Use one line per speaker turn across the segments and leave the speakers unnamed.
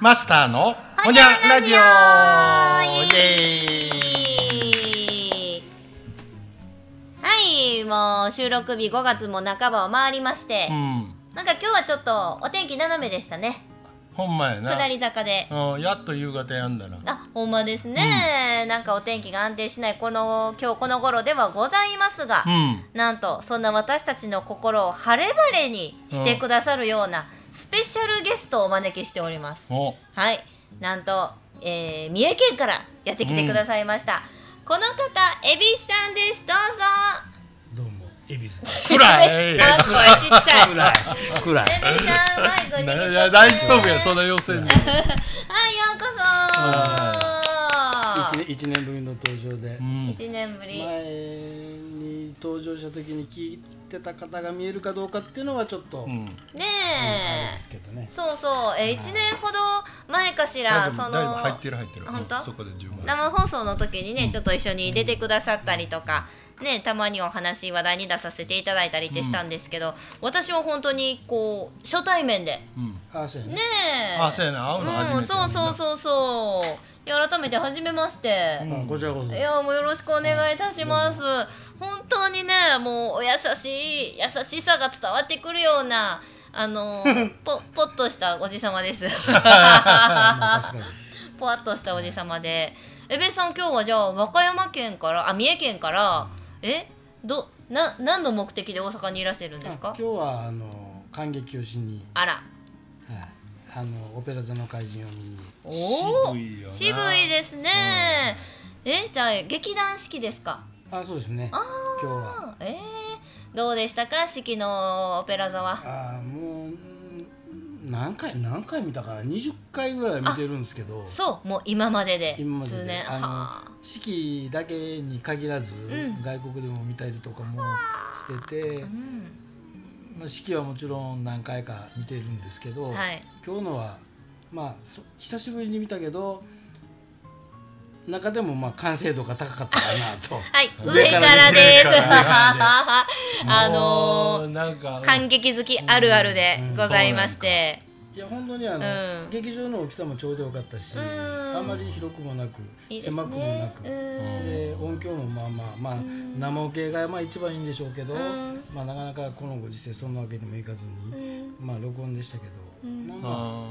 マスターの
ほにゃラジオイ
イ
エーイはい、もう収録日5月も半ばを回りまして
エーイ、うん
なんか今日はちょっとお天気斜めでしたね。
ほんまやな
下り坂で。
うん、やっと夕方やんだな
あ、ほんまですね、なんかお天気が安定しないこの今日この頃ではございますが、
うん
なんとそんな私たちの心を晴れ晴れにしてくださるようなスペシャルゲストをお招きしております。
お
はい、なんと、えー三重県からやってきてくださいました。この方、恵比寿さんです。どう
どうも、恵比寿で
ぞ。
す。
暗い
恵比寿さん、声ちっちゃい。
暗い、暗い。
恵比寿さん、マイク
い
に
やいや大丈夫やそ
はい、よ
の要請に
うこそ。
一一年ぶりの登場で
う、ん
一年ぶり。
前に登場した時に聞いてた方が見えるかどうかっていうのはちょっと、
うん
ね
あれ
え
で。すけどね。
そうそう、えー、1年ほど前かし
だい
ら、
ぶ
その
だいぶ入ってる入ってる
本当
うんそこで十分
生放送の時にねちょっと一緒に出てくださったりとか、ね、たまにお話話題に出させていただいたりってしたんですけど、私は本当にこう初対面でね
うん
あ、そうやね。
え
あそうやな会うの初めてやもん
う、
なん
そうそうそうそういや改めて初めまして、
うん、こちらこそ。
いやもうよろしくお願いいたします、本当にねもうお優しい優しさが伝わってくるようなあの ぽぽっとしたおじさまです
まあ確か
ぽわっとしたおじさまでえべさん今日はじゃあ和歌山県からあ三重県からえどな何の目的で大阪にいらしてるん
に。
です
今
か
日はあの感激をしに、
あら
はい、あのオペラ座の怪人を見に。
おお
渋いよな
渋いですね、えじゃあ劇団四季ですか
あ、そうですね。今
あ
日は。
あえー、どうでしたか四季のオペラ座は
あ、もううん何回何回見たから20回ぐらい見てるんですけど。
そうもう今までで
今まで
通
で
年は
あの四季だけに限らず、
ん
外国でも見たりとかもしてて、
あうん
まあ、四季はもちろん何回か見てるんですけど、
はい
今日のは、まあ、そ久しぶりに見たけど中でもまあ完成度が高かったかなと
はい上
上
か
からら
で
ですす
あ
も
の
うなんか
ー、感激好きあるあるでございまして、
いや本当にあの、
うん
劇場の大きさもちょうどよかったし、
うん
あまり広くもなく
いいですね
狭くもなく。
うん
で音響もまあまあまあ生受けがまあ一番いいんでしょうけど、
ん
まあ、なかなかこのご時世そんなわけにもいかずに、
うん
まあ録音でしたけど、まあまあ
あ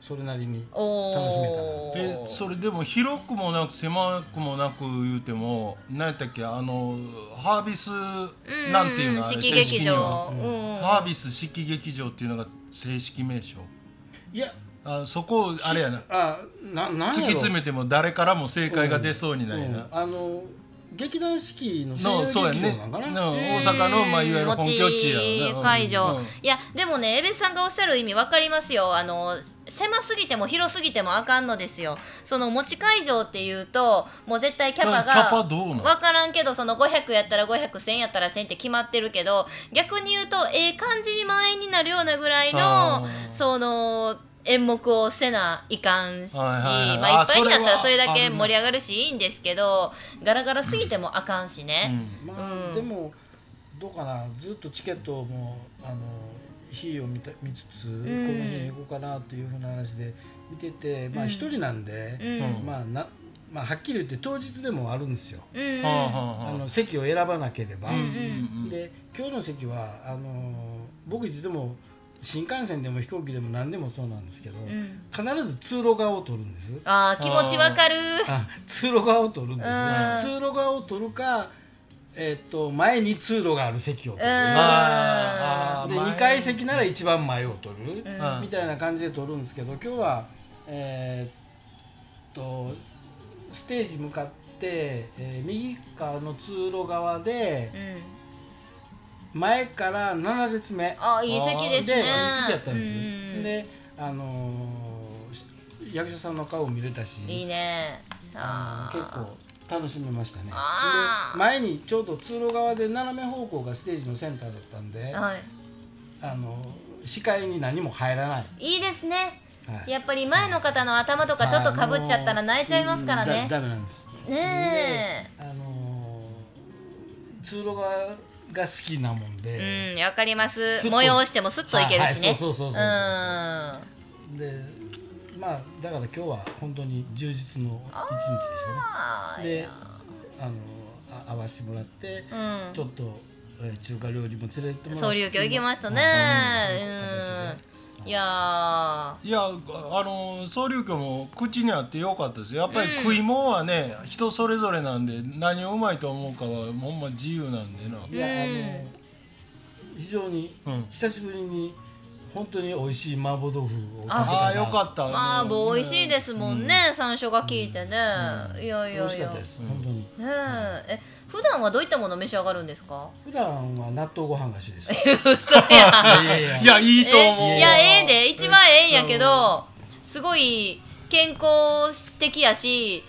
それなりに楽しめたな
お
ー
ー
えそれでも広くもなく狭くもなく言うても何やったっけあのハービス
うん
なんていうのあれ
四季劇
には
場うん
ハービス四季劇場っていうのが正式名称
いや
あそこをあれやな
あななんやろ
突き詰めても誰からも正解が出そうにないな、
うんあの劇団四季の
の
西
そうや
洋劇
ね
場なんかな、
うん大阪の、まあ、いわゆる本拠地や
持
ろな
ち会場、
うん
いやでもね江部さんがおっしゃる意味わかりますよあの狭すぎても広すぎてもあかんのですよその持ち会場っていうともう絶対キャパ
キャパ
が
どうなん
わからんけどその500やったら500100やったら1000って決まってるけど逆に言うとええ感じに満員になるようなぐらい
あ
の
ー
その演目をせないかんし、
はいはいはい
まあ、い
あ
っぱいになったらそ
そ
れ
れは
だ
あ
け
るな
盛り上がるしいいんですけどガラガラすぎてもあかんしね。
うん
まあ
うん
でもどうかなずっとチケットもあの日を見た見つつ、この日に行こうかなというふうな話で見ててまあ一人なんで、
うん
まあなまあはっきり言って当日でもあるんですよ、
うんうん
はあはあ
あ
は
の席を選ばなければ、
あうんうんうん
で今日の席はあの僕いつでも新幹線でも飛行機でも何でもそうなんですけど、
ん
必ず通路側を取るんです
あー気持ちわかる
あ 通路側を取るんですね
うん
通路側を取るか、えっと前に通路がある席を取る、
うん
あーあ
で
ー
2階席なら一番前を取る、
うん
みたいな感じで取るんですけど今日はえーっとステージ向かって、えー右側の通路側で
うん
前から7列目
あいい席ですね
で好きやったんです、
うん
であのー役者さんの顔も見れたし
いいね
あ
あ
の結構楽しめましたね
あー
で前にちょうど通路側で斜め方向がステージのセンターだったんで、
構はい
あの視界に何も入らない、
いいですね
はい
やっぱり前の方の頭とかちょっとかぶっちゃったら泣いちゃいますから
はいもうだ
ね
ダメなんです
ね
であのー通路側が好きなもん
えう
で、
んわかります
すっと
催してもスッといけるし
は
ね
いそうそうそうそうそう
うん
でまあだから今日は本当に充実の一日
あー
で
い
し
や
たねであのあ会わせてもらって、
うん
ちょっと、えー中華料理も連れてってもらって
総流行行きましたねうんいや
いやあの総流教も口にあってよかったですよやっぱり食い物はね、人それぞれなんで何をうまいと思うかはほんま自由なんでな、
いやあ
う
の
ん
非常に
うん
久しぶりに本当に美味しい麻婆豆腐を食べたな
ああよかった
ーまあ美味しいですもんね山椒が効いてねいやい
美
や
味
い
しか
や
った
ね
です、本当に
ええ普段はどういったもの召し上がるんですか
普段は納豆ご飯が主です
嘘やん
いやいや
いやいいと思う
えいやええで一番ええんやけどすごい健康的やし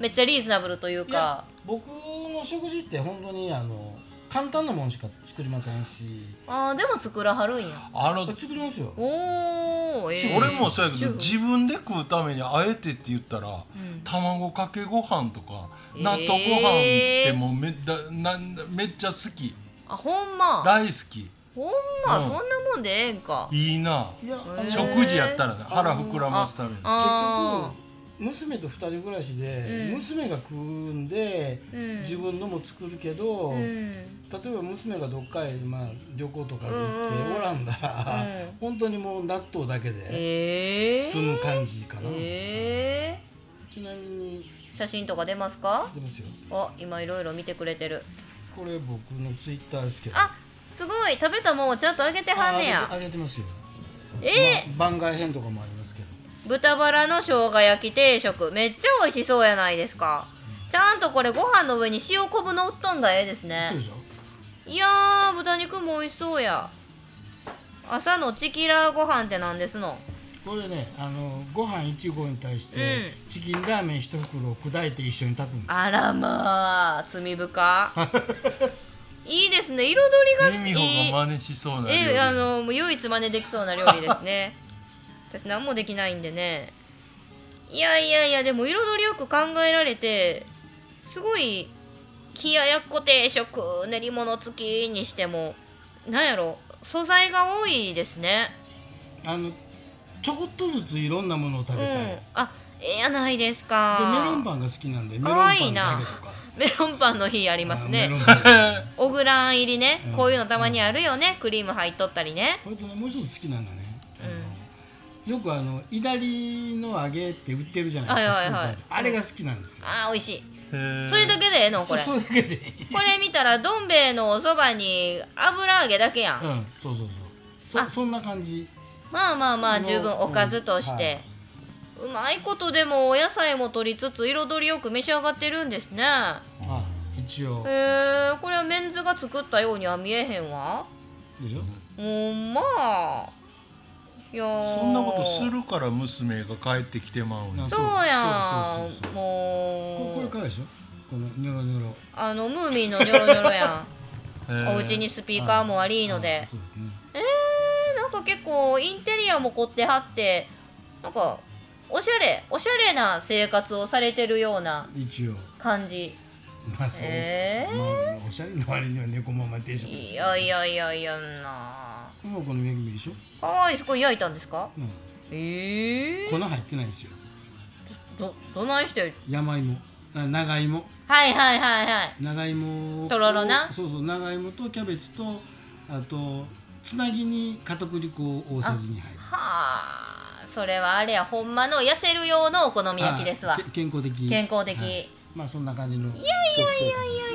めっちゃリーズナブルという
いや
か
僕の食事って本当にあの簡単なものしか作りませんし
あーでも作らはるんや
あの
作りますよ
おおええ
俺もそうやけ
主
ど
婦
自分で食うためにあえてって言ったら、卵かけご飯とか
えー
納豆ご飯ってもうめだなんだめっちゃ好き
あほんま
大好き
ほんま
うん
そんなもんでええんか
いいな食事やったらね腹膨らますために
ああ
結局娘と二人暮らしで、
うん
娘が食うんで、
うん
自分のも作るけど、
う
例え
ん
ば娘がどっかへ、まあ、旅行とかで行って
うんうんうん
おらんだら、
うん
本当にもう納豆だけで
ええ
済む感じかな、
ええ
ちなみに
写真とか出ますか
出ますよ
あ今いろいろ見てくれてる
これ僕のツイッターですけど
あすごい食べたもんをちゃんとあげてはんね
あ
や
あげてますよ、
ええ
ま番外編とかもありますけど
豚バラの生姜焼き定食めっちゃ美味しそうやないですかちゃんとこれご飯の上に塩昆布のっとんだ絵ですね
そうでしょ
いやー豚肉も美味しそうや朝のチキラーご飯って何ですの
これねあのご飯1合に対して、
う
チキンラーメン1袋を砕いて一緒に炊くんです
あらまあ罪 深いいですね彩りが
ミ
い
ミ
い
ホが真似しそうな料理
えあのもう唯一真似できそうな料理です ね私何もできないんでねいやいやいやでも彩りよく考えられてすごい冷ややっこ定食練り物付きにしてもなんやろ素材が多いですね
あのちょこっとずついろんなものを食
う
べ
ん
たい、で
あええやないですか
メロンパンが好きなんでメロン
可
パ
愛い
ンだ
な
けとか
メロンパンの日あり
い
ます
メ
ね
ロンパン
オグラン入りね
うん
こういうのたまにあるよねクリーム入っとったりね
これとねもう一つ好きなのがね、あのよくあのいだりの揚げって売ってるじゃないです
は
か、
いはいはい
スーパーであれが好きなんですよ、
あー美味しい
へえ
それだけでええのこ
そ
れ
それだけでいい、
これ見たらどん兵衛のおそばに油揚げだけやん、
うん、そうそうそうそそんな感じ
まあまあまあ
もう
十分おかずとして、うまいことでもお野菜も取りつつ彩りよく召し上がってるんですね
あ一応
へえこれはメンズが作ったようには見えへんわ
でしょ
ほんまあいや
そんなことするから娘が帰ってきてまうんです
そうや
そうそうそうそう
も
んここ
う
れからでしょこのニョロニョロ
あのムーミンのニョロニョロや
へ
ん
え
お 家にスピーカーもありので
あそうですね
えー、なんか結構インテリアも凝ってはってなんかおしゃれおしゃれな生活をされてるような
一応
感じ
まあそう、
えー
まあまあおしゃれな割には猫ママ定食です
い
け
やいやいやいやな
どこのお好み焼きもいいでしょ、
かわいいそこれ焼いたんですか
うん、
ええ
粉入ってないですよ
どどないして
山芋あ長芋
はいはいはいはい
長芋を
とろろな
そうそう長芋とキャベツとあとつなぎに片栗粉を大さじに入る
はあそれはあれやほんまの痩せる用のお好み焼きですわ
あけ健康的
健康的
はいまあそんな感じのいやい
い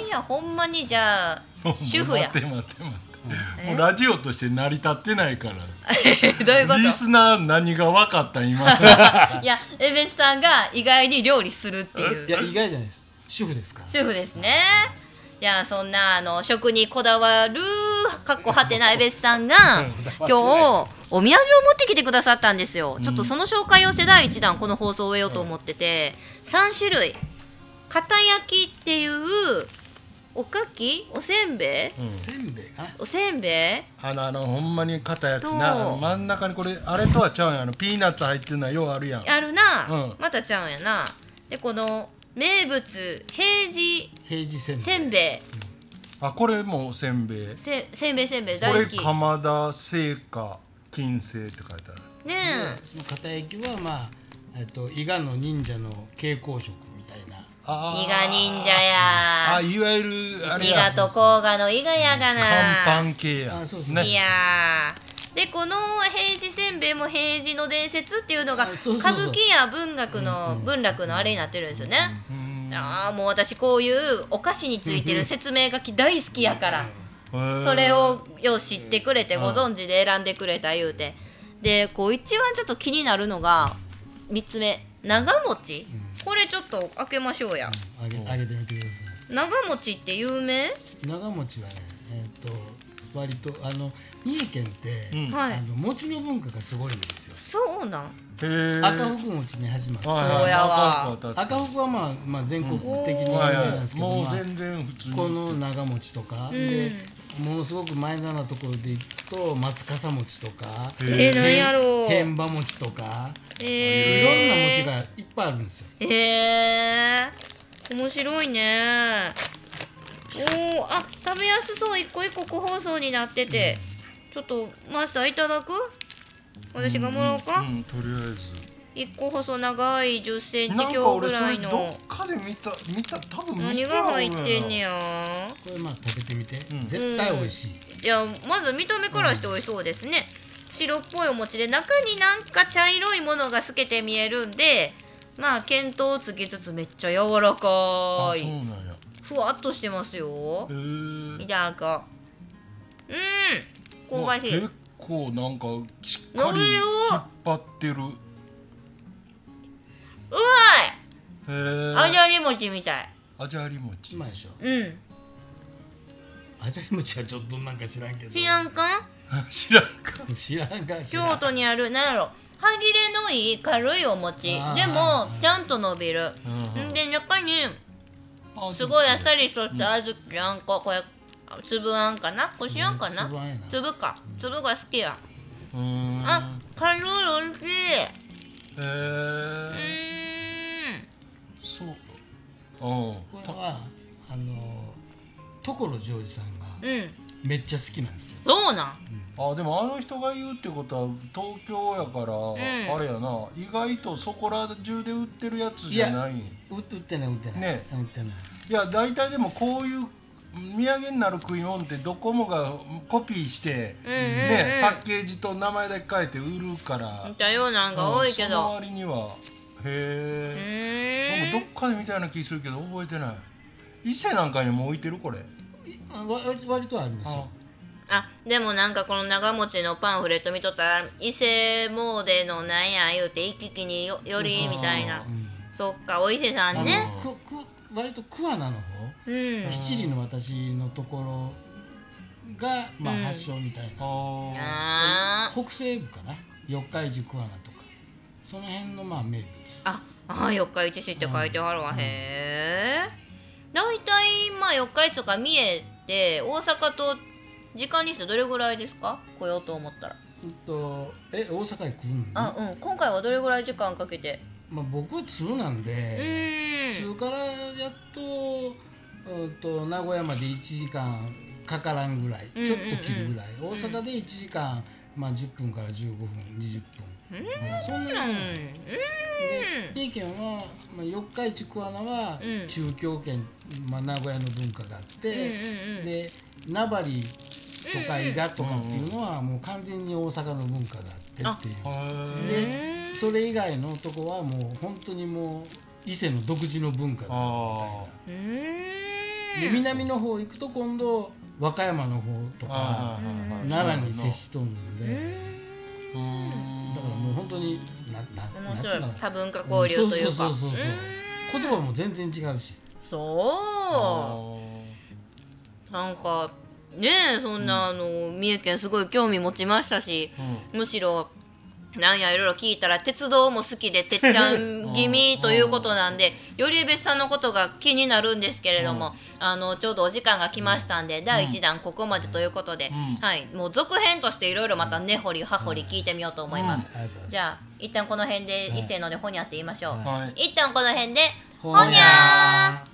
やいやほんまにじゃあ主婦や
もう待って待って待って
え
もうラジオとして成り立ってないから
どういうこと
リスナー何が分かった 今
いやエベスさんが意外に料理するっていう
いや意外じゃないです主婦ですから
主婦ですねじゃあそんなあの食にこだわるかっこはてなエベスさ んが今日お土産を持ってきてくださったんですよ、ちょっとその紹介をして第1弾この放送を終えようと思ってて、3種類片焼きっていうおかきおせんべい、
せんべいかな
おせんべい
あのあのほんまに硬いやつ
ど
な
う
真ん中にこれあれとはちゃうんやあのピーナッツ入ってるのはようあるやん
あるな、
うん
またちゃうんやなでこの名物平治
平時せんべい
せんべい
あこれもせんべいこ
せせんべいせんべい大
れ
好き
鎌田製菓金星って書いてある
ね
その片焼きはまあえっと、伊賀の忍者の蛍光色みたいな
あー
伊賀忍者
あ
や
いわゆるあれ
伊賀
や
と甲賀の伊賀やがな
乾パン系や
あそうですね
い
ね
やーでこの「平治せんべい」も「平治の伝説」っていうのが
あそうそう
歌
そう
舞伎や文学の文楽のあれになってるんですよね。
うん
ああもう私こういうお菓子についてる説明書き大好きやから
へー
それをよう知ってくれてご存知で選んでくれた言うてでこう一番ちょっと気になるのが3つ目長持ちこれちょっと開けましょうや
あげあげてみてくださ
長持ちって有名
い長持ちはね、えっと割とあの三重県って、
うん
はい
あの餅の文化がすごいんですよ、
そうなん
へー
赤福餅に始まって、
はいはい
そうやわ
赤くは確か
赤
に
福は、まあ、まあ全国的に有名
はい
なんです
はい
けど、
もう
まあ
全然普通に
この長持ちとか、でものすごくマイナーなところでいくと松笠餅とか
えー、何やろう
天馬餅とか、
えー、
いろんな餅がいっぱいあるんですよ。
へえー、面白いねおおあ食べやすそう一個一個個包装になってて、ちょっとマスターいただく私がもらおう
う
か、
んとりあ
一個細長い1 0
え
ン
ず
チ強ぐらい
な
の
んか俺それどっかで見た見た多分見た
何が入ってんねや
これまあ食べてみて、絶対美味しい。
じゃあまず見た目からしておいしそうですね、白っぽいお餅で中になんか茶色いものが透けて見えるんでまあ見当つきつつめっちゃ柔ら
あ
か
そう
い
なんや
ふわっとしてますよ
へー
いただこう。うん。香ばしい。
結構なんかしっ
伸
か
び
り
る
引っ張ってる
う
へ
まい。
ー
味あり餅みたい。
あじゃり餅
うまいでしょ。
うん。
あじゃり餅はちょっとなんか知らんけど。
知らんか？
知らんか
知らんか。知
京
らん
都にあるなんやろ。歯切れのいい軽いお餅。
あー
でもちゃんと伸びる。
うん
で中に
あ
すごいあっさりとした小豆あんここれ粒あんかな？こしあんかな
粒あんやな？
粒か。粒が好きや。
うーん
あ、軽いおいしい。
へえ
う
そううん
これはあの所ジョージさんが
ーん。うん。
めっちゃ好きなんですよ。
どうなん？
あでもあの人が言うってことは東京やから、
ん
あれやな意外とそこら中で売ってるやつじゃないいう
売ってない売ってない。
ね
売ってない。
や大体でもこういう土産になる食い物ってドコモがコピーして、
うんうんうん
ね、パッケージと名前だけ変えて売るから
似たようなんが多いけ
うんその
ど。
割には
う
へえ、
ーん。
でもどっかで見たような気するけど覚えてない伊勢なんかにも置いてるこれ
あわ割割とあるんです
あ
よ。
あでもなんかこの長持ちのパンフレット見とったら伊勢詣のなんや言うて一気によよりみたいなそっかお伊勢さんね
くく割と桑名の方。
うん
七里の私のところが、まあ、発祥みたいな、
あ
あー
北西部かな四日市桑名とかその辺のまあ名物
ああ四日市市って書いてあるわへえ大体まあ四日市とか三重って大阪と時間にしてどれぐらいですか来ようと思ったら
うんとえ大阪へ来るの、
あうん今回はどれぐらい時間かけて
まあ、僕は通なん
うー
で、
ん
通からやっとうんと名古屋まで1時間かからんぐらい、
んうん
ちょっと切るぐらい大阪で1時間、まあ、10分から15分20分、そんなに
うん
三重県は、まあ、四日市桑名は
うん
中京圏、まあ、名古屋の文化があって、
うんうんうん
で名張とか伊賀とかっていうのはもう完全に大阪の文化があってっていう、
へえ
でそれ以外のとこはもう本当にもう伊勢の独自の文化があ
あ
る
うーん
みたいなで南の方行くと今度和歌山の方と
ああ
か
あ
奈良に接しとるんで、
うーん
だからもう本当になな
面
なんて
白
う
い
のかな
多文化交流というか
そうそうそうそうそう言葉も全然違うし
そ
あ
うなんかねえそんな、あの三重県すごい興味持ちましたし、
哦
むしろなんやいろいろ聞いたら鉄道も好きでてっちゃん気味ということなんでより別さんのことが気になるんですけれども、あのちょうどお時間が来ましたんで、第1弾ここまでということで、
ん
はい、もう続編としていろいろまた根掘り葉掘り聞いてみようと思います。
ありがとうございます
じゃあ一旦この辺で、一斉のでほにゃって言いましょう、
はい
一旦この辺で
ほ
ほにゃー
にゃー